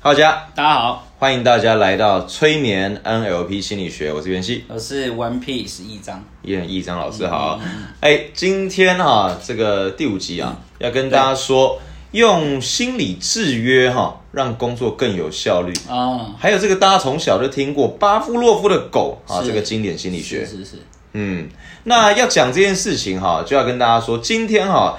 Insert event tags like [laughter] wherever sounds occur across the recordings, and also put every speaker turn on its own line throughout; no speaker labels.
好家，
大家好，
欢迎大家来到催眠 NLP 心理学，我是袁熙，
我是 One Piece 一章，
叶义张老师好。哎，今天哈、这个第五集啊，要跟大家说，用心理制约哈、让工作更有效率。
哦，
还有这个大家从小就听过巴夫洛夫的狗啊，
是
这个经典心理学。
是是是，
嗯，那要讲这件事情哈，就要跟大家说，今天哈，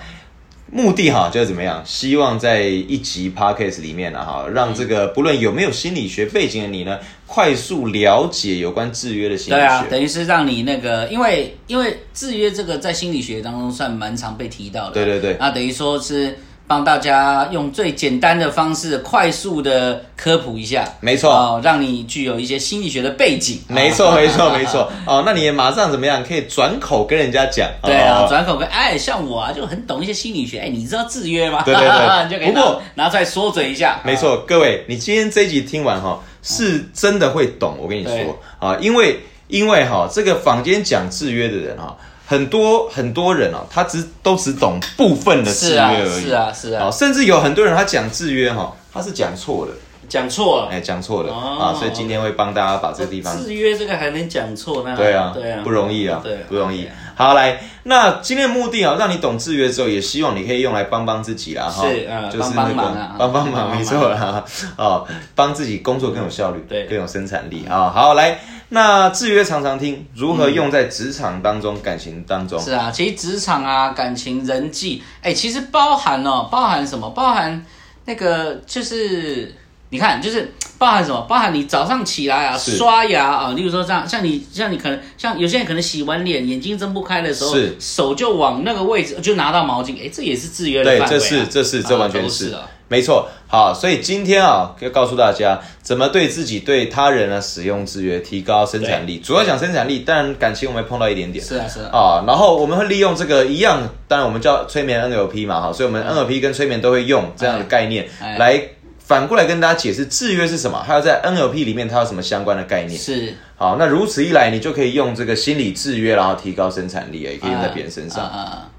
目的哈就是怎么样？希望在一集 podcast 里面呢、啊哈，让这
嗯
个不论有没有心理学背景的你呢，快速了解有关制约的心理
对啊，
学。
等于是让你那个，因为因为制约这个在心理学当中算蛮常被提到的，
对对对
那等于说是帮大家用最简单的方式，快速的科普一下，
没错
哦，让你具有一些心理学的背景，
没错，没错，没错。哦，那你也马上怎么样？可以转口跟人家讲。
对
哦
啊，转口跟哎，像我啊，就很懂一些心理学。哎，你知道制约吗？
对对对
[laughs] 你就可以
不过
拿拿出来说嘴一下。
没错，各位，你今天这一集听完哈，是真的会懂。我跟你
对
说啊，因为因为哈，这个坊间讲制约的人哈，很多很多人哦，他只都只懂部分的
啊，
制
是
约
啊，
而已。
是啊，是
好
啊，
甚至有很多人他讲制约哈，他是讲错了，
讲错了。
哎，讲错了、
哦
啊，所以今天会帮大家把这个地方
制约这个还能讲错那？
对啊，
对啊，
不容易啊，
对啊
不容易。好，来，那今天的目的啊，让你懂制约之后，也希望你可以用来帮帮自己啦，哈，
是呃
就是那
帮帮忙
个
啊
帮帮忙，
帮
没错啦， [laughs] 哦，帮自己工作更有效率，
对
更有生产力啊。好，来，那制约常常听，如何用在职场当中、感情当中？
是啊，其实职场啊、感情、人际，哎、其实包含哦，包含什么？包含那个就是，你看，就是包含什么？包含你早上起来啊，
是
刷牙啊，例如说这样，像你像你可能像有些人可能洗完脸，眼睛睁不开的时候
是，
手就往那个位置就拿到毛巾，哎、这也是制约的
对，
范围、
这
啊。
是这是这
啊
完全
都
是
是啊。
没错，好，所以今天啊，要告诉大家怎么对自己、对他人呢使用制约，提高生产力。主要讲生产力，但感情我们会碰到一点点。
是啊，是啊，
啊，然后我们会利用这个一样，当然我们叫催眠 NLP 嘛，哈，所以我们 NLP 跟催眠都会用这样的概念
嗯哎哎
来反过来跟大家解释制约是什么，还有在 NLP 里面它有什么相关的概念。
是啊
好，那如此一来，你就可以用这个心理制约，然后提高生产力，也可以用在别人身上。
啊啊啊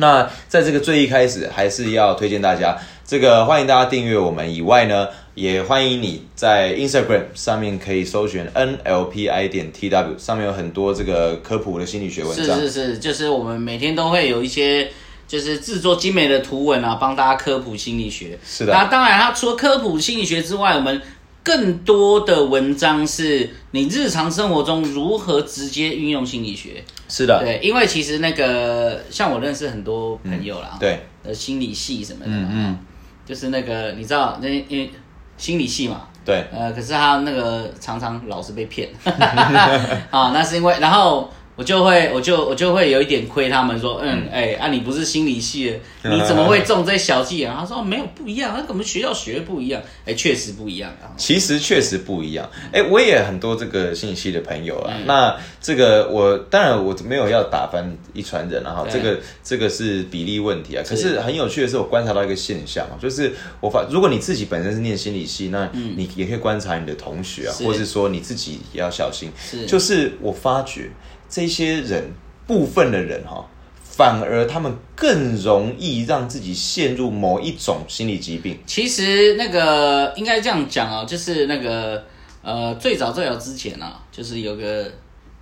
那在这个最一开始，还是要推荐大家，这个欢迎大家订阅我们以外呢，也欢迎你在 Instagram 上面可以搜寻 NLPI 点 TW，上面有很多这个科普的心理学文
是
章。
是是，就是我们每天都会有一些。就是制作精美的图文啊，帮大家科普心理学。
是的
那当然，它除了科普心理学之外，我们更多的文章是你日常生活中如何直接运用心理学。
是的，
对，因为其实那个像我认识很多朋友啦，
嗯对，
呃，心理系什么的，嗯嗯，就是那个你知道，那因为心理系嘛，
对，
呃，可是他那个常常老是被骗， [laughs] 啊，那是因为，然后我就会，我就我就会有一点亏他们说，嗯，哎、啊，你不是心理系的，你怎么会中这些小伎俩？他说、哦没有不一样，那跟我们学校学的不一样，哎、确实不一样啊，
其实确实不一样。哎、我也很多这个信息的朋友啊。
嗯
那这个我当然我没有要打翻一船人啊，哈，
对
这个这个是比例问题啊。可是很有趣的是，我观察到一个现象啊，就是我发，如果你自己本身是念心理系，那你也可以观察你的同学啊，
嗯是
或是说你自己也要小心。
是
就是我发觉这些人部分的人哈、反而他们更容易让自己陷入某一种心理疾病。
其实那个应该这样讲哦，就是那个呃，最早最早之前啊，就是有个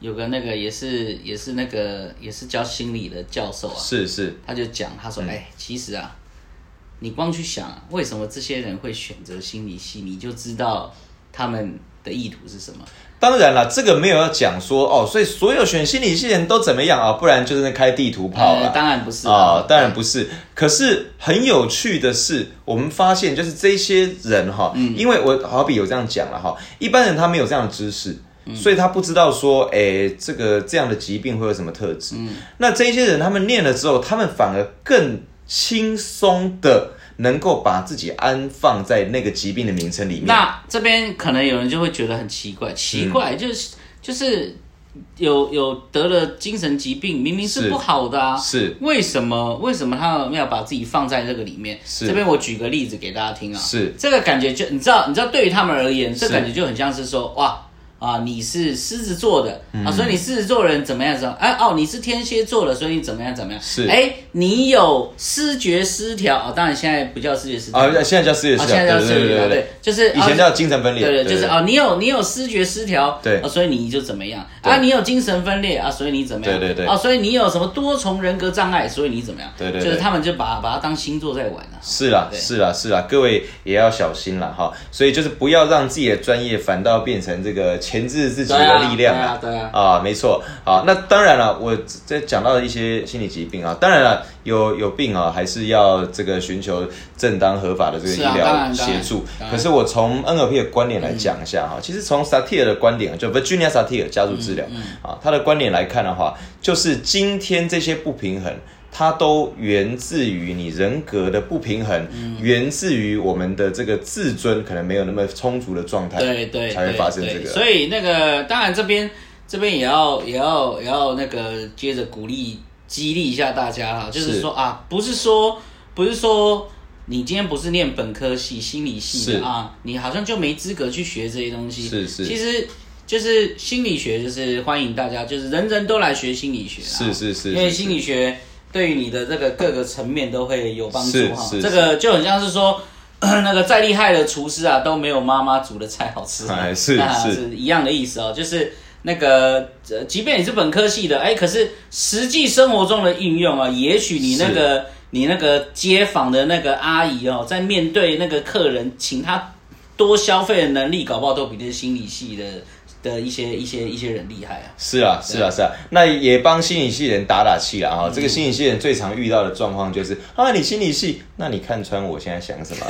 有个那个也是也是那个也是教心理的教授啊，
是是，
他就讲他说，哎、其实啊，你光去想啊为什么这些人会选择心理系，你就知道他们的意图是什么。
当然了，这个没有要讲说哦，所以所有选心理系的人都怎么样啊？不然就是那开地图炮
呃
了。
当然不是
啊、当然不是。可是很有趣的是，我们发现就是这些人哈，
嗯
因为我好比有这样讲了哈，一般人他没有这样的知识。
嗯
所以他不知道说，诶、这个这样的疾病会有什么特质？
嗯
那这些人他们念了之后，他们反而更轻松的能够把自己安放在那个疾病的名称里面。
那这边可能有人就会觉得很奇怪，
嗯
奇怪、就是就是有有得了精神疾病，明明
是
是不好的啊，
是
为什么为什么他们要把自己放在这个里面？
是
这边我举个例子给大家听啊，
是
这个感觉就你知道，你知道对于他们而言，这感觉就很像是说哇啊、啊，你是狮子座的、
嗯
啊，所以你狮子座人怎么样怎么样？哎、哦，你是天蝎座的，所以你怎么样怎么样？
是
哎，你有视觉失调啊、哦，当然现在不叫视觉失调，
啊，现在叫视觉失
啊，
调，
现在叫
对
视觉失
对对
调，对，就是
对，以前
哦
叫精神分裂，
对对，就是哦，你有你有视觉失调，
对
哦所以你就怎么样啊？你有精神分裂啊，所以你怎么样？
对对对
哦，所以你有什么多重人格障碍，所以你怎么样？
对对对
就是他们就把把它当星座在玩啊。
是啦，
对
是啦，是啦，各位也要小心啦哈。所以就是不要让自己的专业反倒变成这个钳制自己
对
的
啊
力量
对啊对啊
没错。好，那当然了，我这讲到一些心理疾病啊，当然了，有有病啊，还是要这个寻求正当合法的这个医
是啊当
疗
然当
协
然
助。
当然嗯
可是我从 NLP 的观点来讲一下哈、啊其实从 Satir 的观点，就 Virginia Satir 家族治疗
嗯
啊，他的观点来看的话，就是今天这些不平衡。它都源自于你人格的不平衡，
嗯
源自于我们的这个自尊可能没有那么充足的状态，
对对，
才会发生
对
这
对
个。
所以那个当然这边这边也要也要也要那个接着鼓励激励一下大家哈，就是
是
说啊，不是说不是说。你今天不是念本科系、心理系
是
的啊，你好像就没资格去学这些东西。
是是
其实就是心理学，就是欢迎大家，就是人人都来学心理学啊。
是是是，
因为
是
心理学对于你的这个各个层面都会有帮助
是
哈
是。
这个就很像是说， [clears throat] 那个再厉害的厨师啊，都没有妈妈煮的菜好吃。啊
哎是
那
是
是一样的意思哦，就是。那个，呃，即便你是本科系的，哎，可是实际生活中的应用啊，也许你那个你那个街坊的那个阿姨哦，在面对那个客人，请他多消费的能力，搞不好都比那心理系的的一些一些一些人厉害啊。
是啊，是啊，是啊，那也帮心理系人打打气啦啊、
嗯
这个心理系人最常遇到的状况就是啊，你心理系，那你看穿我现在想
[laughs]
什么？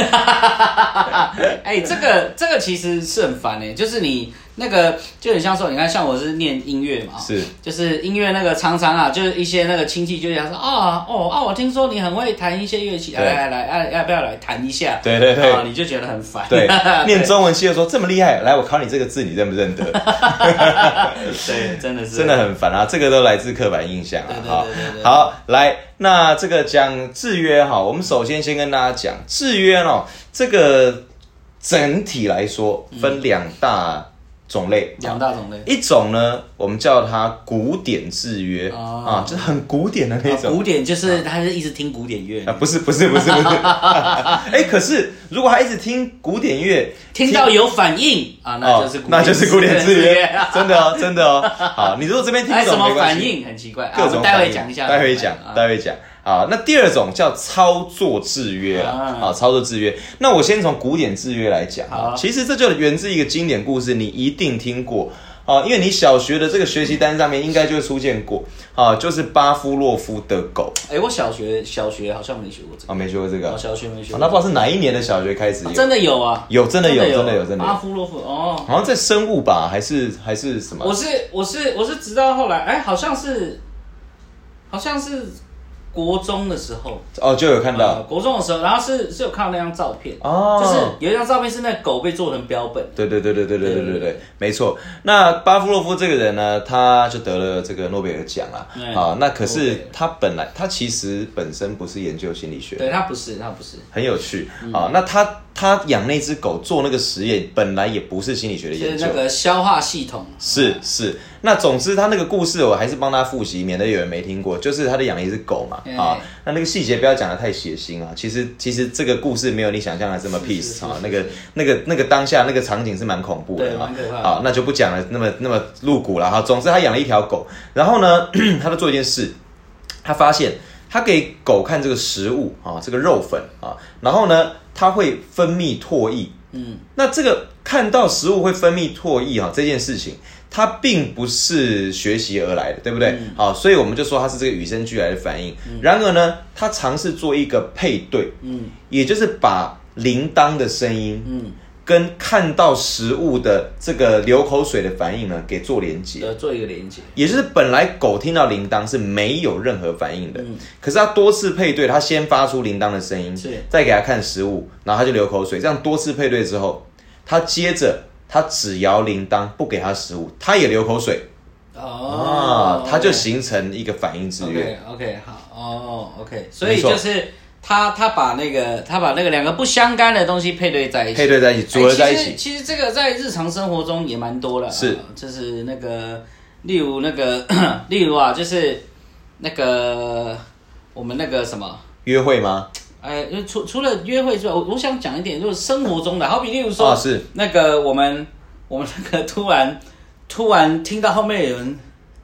哎、这个这个其实是很烦哎、就是你那个就很像说，你看像我是念音乐嘛，
是
就是音乐那个常常啊，就是一些那个亲戚就想说啊哦啊，我听说你很会弹一些乐器，来
对
来来，哎、要不要来弹一下？
对对对
啊，你就觉得很烦。 [laughs]
对，念中文系的说这么厉害，来我考你这个字，你认不认得？
对，真的是
真的很烦啊！这个都来自刻板印象啊
对。对
好
对对对，
好，来，那这个讲制约哈，我们首先先跟大家讲制约哦，这个整体来说分两大种类。
两大种类。
一种呢，我们叫它古典制约、
哦
啊，就是很古典的那
啊
种。
古典就是他是一直听古典乐，
啊，不是不是不是不是， [laughs] 哎、可是如果他一直听古典乐，
听到有反应啊，那就是
哦
古典、，
那就是古典制约真的哦，真的哦。好，你如果这边 [laughs] 听
哎，
不
什
懂没
么
关
反
系，
应很奇怪，啊
各
我
种
们待
反
会
应
讲一下，
待会讲，
啊
待会讲。好，那第二种叫操作制约了
啊
啊，操作制约。那我先从古典制约来讲
好
啊，其实这就源自一个经典故事，你一定听过啊，因为你小学的这个学习单上面应该就会出现过啊，就是巴夫洛夫的狗
哎、我小学小学好像没学过这个，
啊，没学过这个
我
啊，
哦小学没学
那
过。
不知道是哪一年的小学开始
啊
有。
真的有啊，
有真的有真的有真的有
阿夫洛夫哦。
好像在生物吧，还是还是什么
我？是我是我是直到后来，哎，好像是好像是国中的时候，
哦，就有看
呃
到
国中的时候，然后是是有看到那张照片，
哦，
呃就是有一张照片是那狗被做成标本，
对对对对对对对对
对
对，没错。那巴夫洛夫这个人呢，他就得了这个诺贝尔奖啊
嗯。
啊，那可
诺贝
是
尔
他本来他其实本身不是研究心理学，
对，嗯它不是它不是，
很有趣啊。那他他养那只狗做那个实验，本来也不是心理学的
是
研究
那。个消化系统，
是是，那总之他那个故事我还是帮他复习，免得有人没听过。就是他的养了一只狗嘛，
嗯
啊，那那个细节不要讲的太血腥啊。其实其实这个故事没有你想象的这么
是是
peace
是
啊，
是
那个那个那个当下那个场景是蛮恐怖的
对
啊
蛮可怕，的
啊，那就不讲了那么那么露骨了哈。总之他养了一条狗，然后呢， [clears throat] 他就做一件事，他发现他给狗看这个食物啊，这个肉粉啊，然后呢，它会分泌唾液。
嗯，
那这个看到食物会分泌唾液啊哈、这件事情，它并不是学习而来的，对不对？
嗯
好、所以我们就说它是这个与生俱来的反应。然而呢，它尝试做一个配对，
嗯，
也就是把铃铛的声音，
嗯，
跟看到食物的这个流口水的反应呢，给做连接。
呃，做一个连接，
也就是本来狗听到铃铛是没有任何反应的，可是它多次配对，它先发出铃铛的声音
嗯是，
再给它看食物，然后它就流口水。这样多次配对之后，它接着它只摇铃铛，不给它食物，它也流口水
哦，
啊它就形成一个反应制约。
OK OK 好哦 OK，所以
没错
就是他他把那个他把那个两个不相干的东西配对在一起，
配对在一起，组合在一
哎
起，
其实其实这个在日常生活中也蛮多的，
是
呃就是那个，例如那个， [clears throat] 例如啊，就是那个我们那个什么。
约会吗？
哎，就除除了约会之外，我我想讲一点，就是生活中的，好比例如说，
啊，是
那个我们我们那个突然突然听到后面有人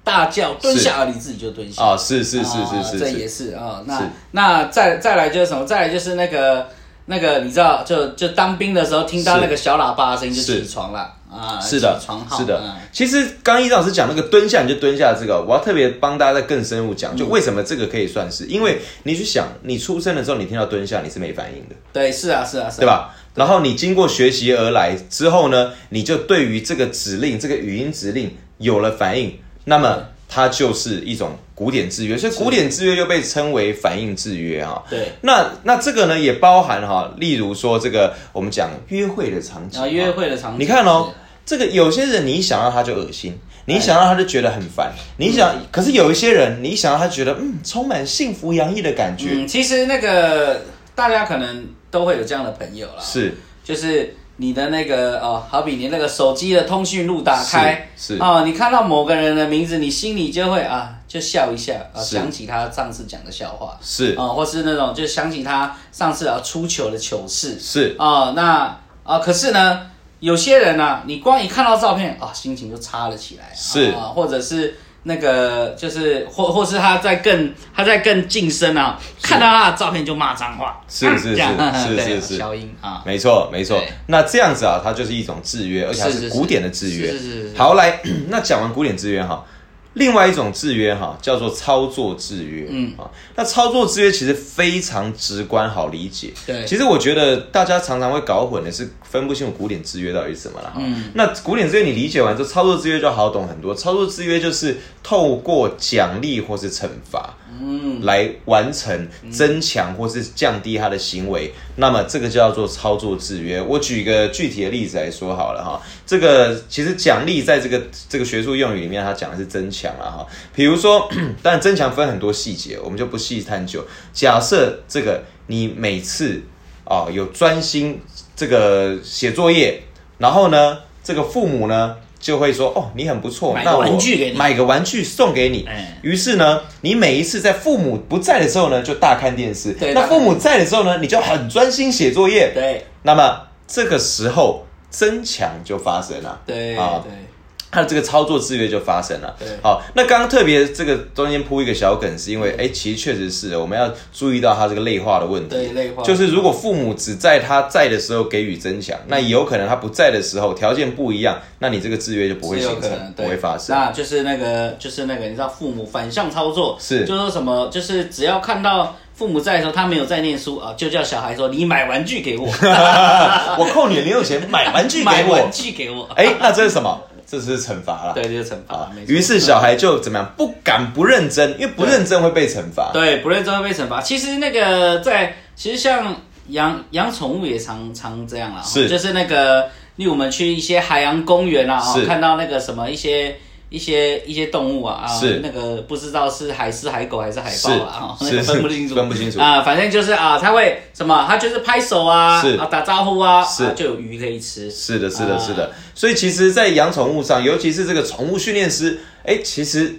大叫蹲下，啊你自己就蹲下，
啊，是是是
啊
是是
这
是，
也是啊。那
是
那再再来就是什么？再来就是那个那个，你知道，就就当兵的时候听到
是
那个小喇叭的声音就是起床了啊，
是的
起床，号
是的
嗯。
其实刚刚易老师讲那个蹲下你就蹲下这个，我要特别帮大家再更深入
嗯
讲，就为什么这个可以算是，因为你去想，你出生的时候你听到蹲下你是没反应的，
对，是啊，是啊，是啊
对？吧？然后你经过学习而来之后呢，你就对于这个指令、这个语音指令有了反应，那么它就是一种古典制约，所以古典制约又被称为反应制约啊。
对，
那那这个呢，也包含哈、例如说这个我们讲约会的场景
然
啊，
后约会的场景，
你看哦，这个有些人你一想到他就恶心，你一想到他就觉得很烦，你一想，可是有一些人你一想到他觉得嗯，充满幸福洋溢的感
是，
觉，
嗯，其实那个大家可能都会有这样的朋友啦，
是
就是你的那个哦，好比你那个手机的通讯录打开，
是是
哦，你看到某个人的名字，你心里就会啊，就笑一下啊，
是
想起他上次讲的笑话，
是
啊、或是那种就想起他上次啊出糗的糗事
是，
啊、那啊、可是呢，有些人呢、你光一看到照片啊、心情就差了起来，
是
啊、或者是。那个就是，或或是他在更他在更晋升啊，看到他的照片就骂脏话，
是
[laughs] 啊
是是
这样
是
对
是是
消音啊，
没错没错
对。
那这样子啊，它就是一种制约，而且它
是
是
是
古典的制约。
是是是是
好，来， [clears throat] 那讲完古典制约哈。另外一种制约哈，叫做操作制约。嗯啊，那操作制约其实非常直观，好理解。
对
其实我觉得大家常常会搞混的是分不清楚古典制约到底是什么了哈。嗯，那古典制约你理解完之后，操作制约就好懂很多。操作制约就是透过奖励或是惩罚，嗯，来完成增强或是降低他的行为，那么这个叫做操作制约。我举一个具体的例子来说好了哈，这个其实奖励在这个这个学术用语里面，它讲的是增强啊哈。比如说， [clears throat] 但增强分很多细节，我们就不细探究。假设这个你每次啊、有专心这个写作业，然后呢，这个父母呢就会说哦你很不错，
买个
那我
玩具给你
买个玩具送给你。
哎
于是呢，你每一次在父母不在的时候呢，就大看电视；
对
那
大看
父母在的时候呢，你就很专心写作业。
对
那么这个时候增强就发生了，
对
啊，
对，
它的这个操作制约就发生了
对。
好，那刚刚特别这个中间铺一个小梗，是因
嗯
为哎，其实确实是我们要注意到它这个类化的问题。
对类化
就是如果父母只在他在的时候给予增
嗯
强，那也有可能他不在的时候条件不一样，那你这个制约就不会
是有
形
可
成
能，
不
对
会发生。
那就是那个，就是那个，你知道父母反向操作，
是
就说什么，就是只要看到父母在的时候，他没有在念书啊，就叫小孩说你买玩
[laughs]
具给我，
我扣你的零用钱买玩具给
买
我
玩，具给我，
哎，那这是什么？这是惩罚了。
对，就是惩罚
啊，，
没错
于是小孩就怎么样？不敢不认真，因为不认真会被惩罚。
对不认真会被惩罚。其实那个在，其实像养养宠物也常常这样啦，哦
是
就是那个，例如我们去一些海洋公园啊，哦
是
看到那个什么一些。一些一些动物啊，啊
是
那个不知道是海狮、海狗还是海
是
豹啦，哦那
是
个分不清楚，
分不清楚
啊、反正就是啊，他会什么，他就是拍手啊，
是
啊打招呼啊，
是
啊就有鱼可以吃，
是的，是的，
啊
是的。所以其实，在养宠物上，尤其是这个宠物训练师，哎，其实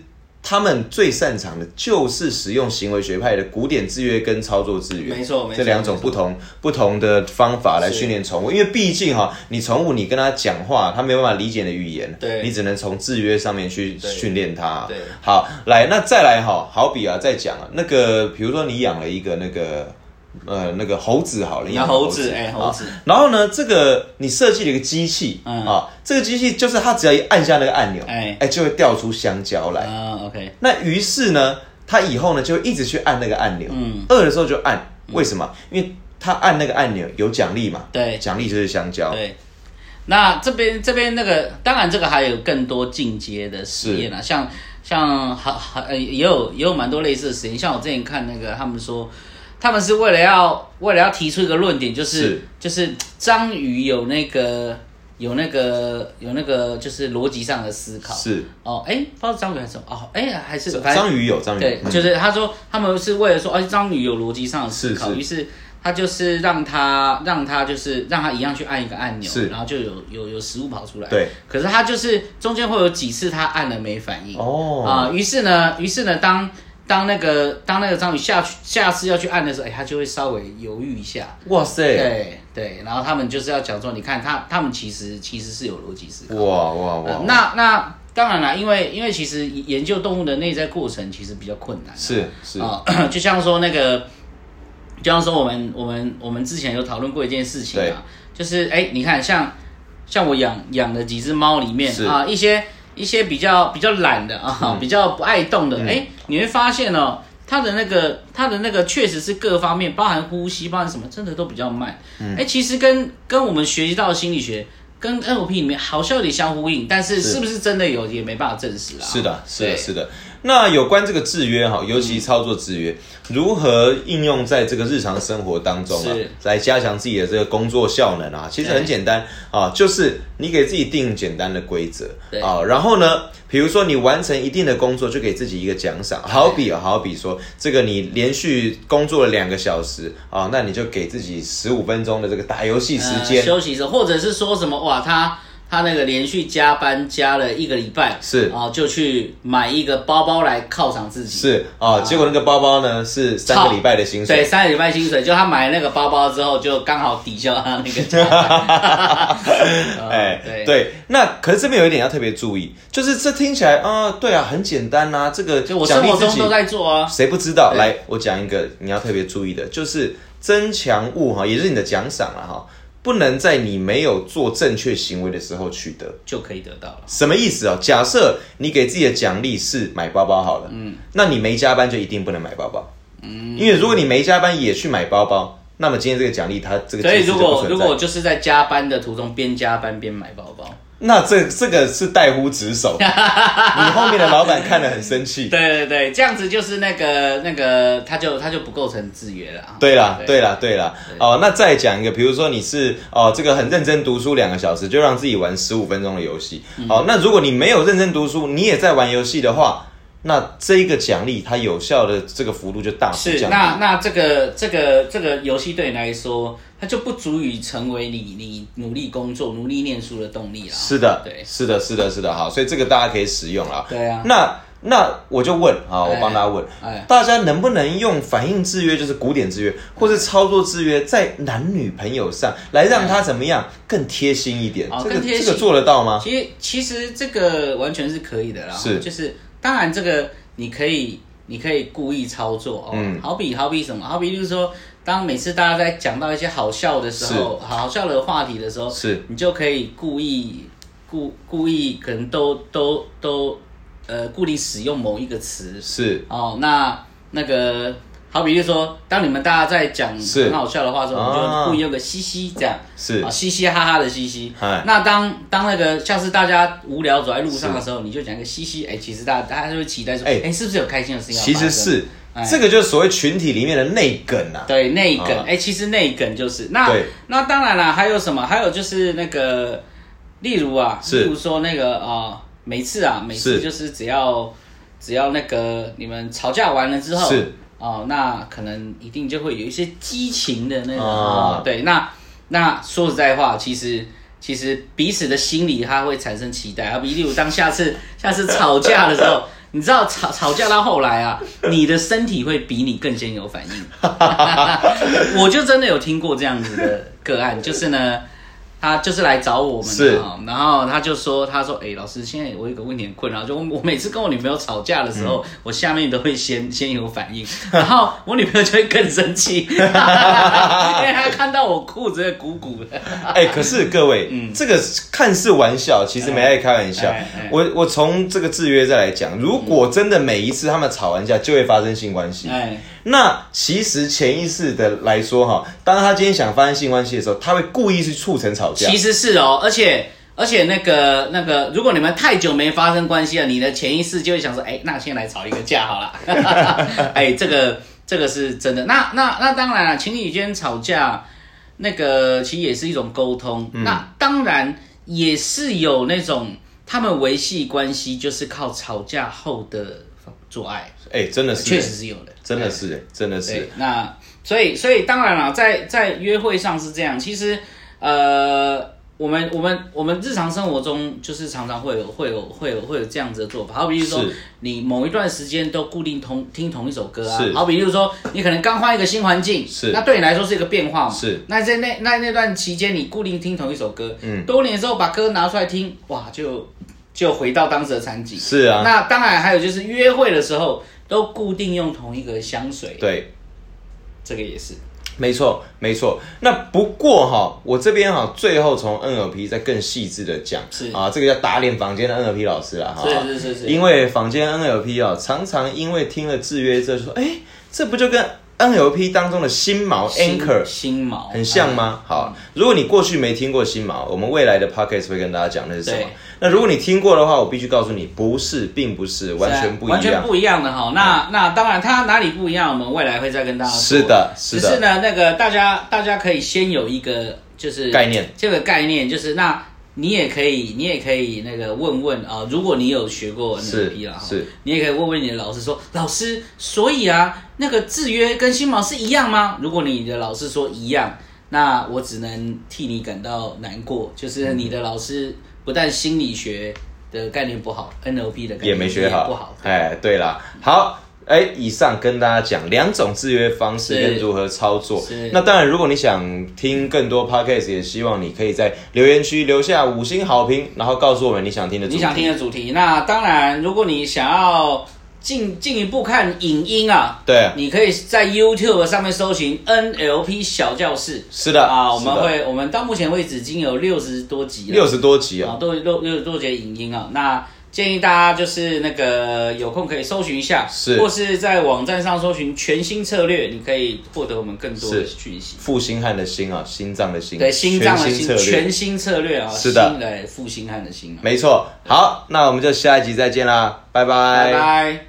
他们最擅长的就是使用行为学派的古典制约跟操作制约，
没错没错
这两种不同不同的方法来训练宠物。因为毕竟哈、你宠物你跟它讲话，它没有办法理解你的语言，
对
你只能从制约上面去
对
训练它。
对
好，来，那再来哈、好比啊，再讲啊，那个，比如说你养了一个那个。呃，那个猴子好了，
养猴子哎
啊
猴子
然后呢，这个你设计了一个机器，
嗯
啊，这个机器就是它只要一按下那个按钮，哎
哎、
就会掉出香蕉来。
啊，OK，
那于是呢，它以后呢就一直去按那个按钮，
嗯
饿的时候就按，为什么？因为它按那个按钮有奖励嘛，
对
奖励就是香蕉，
对，那这边这边那个，当然这个还有更多进阶的实验啊，像像还还呃也有也有蛮多类似的实验，像我之前看那个他们说。他们是为了要为了要提出一个论点，就是是就是章鱼有那个有那个有那个就是逻辑上的思考。
是
哦，哎、不知道章鱼还是什么哦，哎、还是反正
章鱼有章鱼，
对，
嗯
就是他说他们是为了说，而、哦且章鱼有逻辑上的思
是
考，
是
于是他就是让他让他就是让他一样去按一个按钮
是，
然后就有有有食物跑出来。
对，
可是他就是中间会有几次他按了没反应。
哦
啊、于是呢，于是呢，当当那个当那个章鱼下去下次要去按的时候，哎、他就会稍微犹豫一下。
哇塞，
对对，然后他们就是要讲说，你看他他们其实其实是有逻辑思考的。
哇哇哇
呃，那那当然啦，因为因为其实研究动物的内在过程其实比较困难
是是
啊、 [clears throat] 就像说那个，就像说我们我们我们之前有讨论过一件事情
对
啊，就是哎、你看像像我养养的几只猫里面
是嗯
啊，一些一些比较比较懒的啊，比较不爱动的，哎、你会发现哦。它的那个，它的那个确实是各方面，包含呼吸，包含什么，真的都比较慢。哎、
嗯
其实跟跟我们学习到的心理学，跟 NLP 里面好像有点相呼应，但是是不是真的有，也没办法证实啦。
是的，是
啊对
的，是的。那有关这个制约哈，尤其操作制约，如何应用在这个日常生活当中啊
是，
来加强自己的这个工作效能啊？其实很
对
简单啊，就是你给自己定简单的规则
对
啊，然后呢，比如说你完成一定的工作，就给自己一个奖赏。好比啊好比说，这个你连续工作了两个小时啊，那你就给自己十五分钟的这个打游戏时间
呃、。休息时，或者是说什么哇，他他那个连续加班加了一个礼拜，
是
啊、就去买一个包包来犒赏自己，
是啊，结果那个包包呢是三
操
个礼拜的薪水
对，，三个礼拜薪水，就他买了那个包包之后，就刚好抵消他那个
[laughs]
加班，呃
哎、
对
对，那可是这边有一点要特别注意，就是这听起来啊、对啊，很简单呐、这个
就我
奖
生
励
活
自
中
己
都，在做啊，
谁不知道？
对
来，我讲一个你要特别注意的，就是增强物哈，也就是你的奖赏了哈，不能在你没有做正确行为的时候取得。
就可以得到了。
什么意思哦？假设你给自己的奖励是买包包好了，嗯，那你没加班就一定不能买包包，嗯，因为如果你没加班也去买包包，那么今天这个奖励它这个
所
机
以
制
如
就不
果
存
如
在
果我就是在加班的途中边加班边买包包，
那这这个是代乎职
[laughs]
守，你后面的老板看了很生气。
对对对，这样子就是那个那个，他就他就不构成制约了啊。
对啦，
对
对啦，对啦。哦，那再讲一个，比如说你是哦，这个很认真读书两个小时，就让自己玩十五分钟的游戏。
嗯
好，那如果你没有认真读书，你也在玩游戏的话，那这个奖励它有效的这个幅度就大幅
是，
降
那
低。
那这个这个这个游戏对你来说，它就不足以成为你你努力工作、努力念书的动力啦。
是的，
对
是的，是的，是的。好，所以这个大家可以使用啦。
对啊，
那那我就问啊，我
哎
帮大家问，
哎，
大家能不能用反应制约，就是古典制约，或是操作制约，在男女朋友上来让他怎么样更贴心一点
哦？
这个
更贴心
这个做得到吗？
其实其实这个完全是可以的啦。
啊是
就是当然这个你可以你可以故意操作哦。
嗯
好比好比什么？好比就是说，当每次大家在讲到一些好笑的时候，好笑的话题的时候，
是
你就可以故意故故意可能都都都呃固定使用某一个词，
是
哦，那那个好比就是说，当你们大家在讲
是
很好笑的话的时候，我们
啊
就故意用个嘻嘻这样，
是
啊，嘻嘻哈哈的嘻嘻
嗨。
那当当那个下次大家无聊走在路上的时候，你就讲一个嘻嘻，哎，其实大家大家就会期待说，
哎
哎，是不是有开心的事情要
其实
发生
是
哎
这个就是所谓群体里面的内梗啊。
对内梗，
啊
哎、其实内梗就是那
对
那当然啦，还有什么？还有就是那个，例如啊，
是
例如说那个啊、每次啊，每次
是
就是只要只要那个你们吵架完了之后，
是
哦，那可能一定就会有一些激情的那个
啊
啊、对，那那说实在话，其实。其实彼此的心理，它会产生期待。啊，比例如当下次下次吵架的时候，你知道吵吵架到后来啊，你的身体会比你更先有反应。 [laughs] 我就真的有听过这样子的个案，就是呢，他就是来找我们
是
的啊，然后他就说，他说，哎、老师，现在我有一个问题很困扰，就我我每次跟我女朋友吵架的时候，我下面都会先 [laughs] 先有反应，然后我女朋友就会更生气， [laughs] 因为她看到我裤子鼓鼓的，
哎，可是各
[laughs]
位，这个看似玩笑，其实没在开玩笑
嗯哎哎。嗯
我我从这个制约再来讲，如果真的每一次他们吵完架就会发生性关系，
哎，
那其实潜意识的来说哈，当他今天想发生性关系的时候，他会故意去促成吵架
其。实是哦，而且。而且那个那个，如果你们太久没发生关系了，你的潜意识就会想说，哎、那先来吵一个架好了。 [laughs] 哎、这个这个是真的。那那那当啊
嗯
然了，情侣间吵架，那个其实也是一种沟通。那当然，也是有那种他们维系关系就是靠吵架后的做爱，
哎、真的是，
确实是哎有的，
真的是，真的是
对，，那所以所以当然了，在在约会上是这样。其实呃，我们我们我们日常生活中就是常常会有会有会有会有这样子的做法，好比如说
是
你某一段时间都固定同听同一首歌啊
是，
好比如说你可能刚换一个新环境，
是
那对你来说是一个变化嘛。
是
那在那那那段期间，你固定听同一首歌，
嗯
多年之后把歌拿出来听，哇，就就回到当时的场景。
是啊，
那当然还有就是约会的时候都固定用同一个香水，
对，
这个也是。
没错，没错。那不过哈，我这边哈，最后从 NLP 再更细致的讲，
是
啊，这个叫打脸坊间的 NLP 老师啦，哈，
是是是是
哦因为坊间 NLP 啊，常常因为听了制约之后就说，哎，这不就跟 NLP 当中的心锚 anchor
新毛
很像？吗？
哎
好，如果你过去没听过心锚，我们未来的 podcast 会跟大家讲那是什么
对。
那如果你听过的话，我必须告诉你，不是，并不是，完全不一
啊完全
样。嗯
不一样的哈。那那当然，它哪里不一样，我们未来会再跟大家说。
是的是的
只是呢，那个大家大家可以先有一个就是
概念，
这个概念就是那。你也可以，你也可以那个问问啊、如果你有学过
是
NLP 啦，哈
是
你也可以问问你的老师说，老师，所以啊，那个制约跟新毛是一样吗？如果你的老师说一样，那我只能替你感到难过，
嗯
就是你的老师不但心理学的概念不好，NLP 的概念
也没学好，
不好，
哎，对啦，好。哎，以上跟大家讲两种制约方式
是
跟如何操作
是。
那当然，如果你想听更多 podcast，也希望你可以在留言区留下五星好评，然后告诉我们你想听的主
你
题。
想听的主题。那当然，如果你想要进进一步看影音啊，
对，
你可以在 YouTube 上面搜寻 NLP 小教室。
是的
啊，我们
是的
会，我们到目前为止已经有六十多集了，
六十多集啊，，
啊都都都多节影音啊，那建议大家就是那个有空可以搜寻一下，
是
或是在网站上搜寻全新策略，你可以获得我们更多的
是
讯息。
负心汉的心啊，心脏的心，
对，心脏的心，
全心策略
全，新策略啊，
是的
新来负心汉的心啊，
没错。好，那我们就下一集再见啦，拜
拜拜。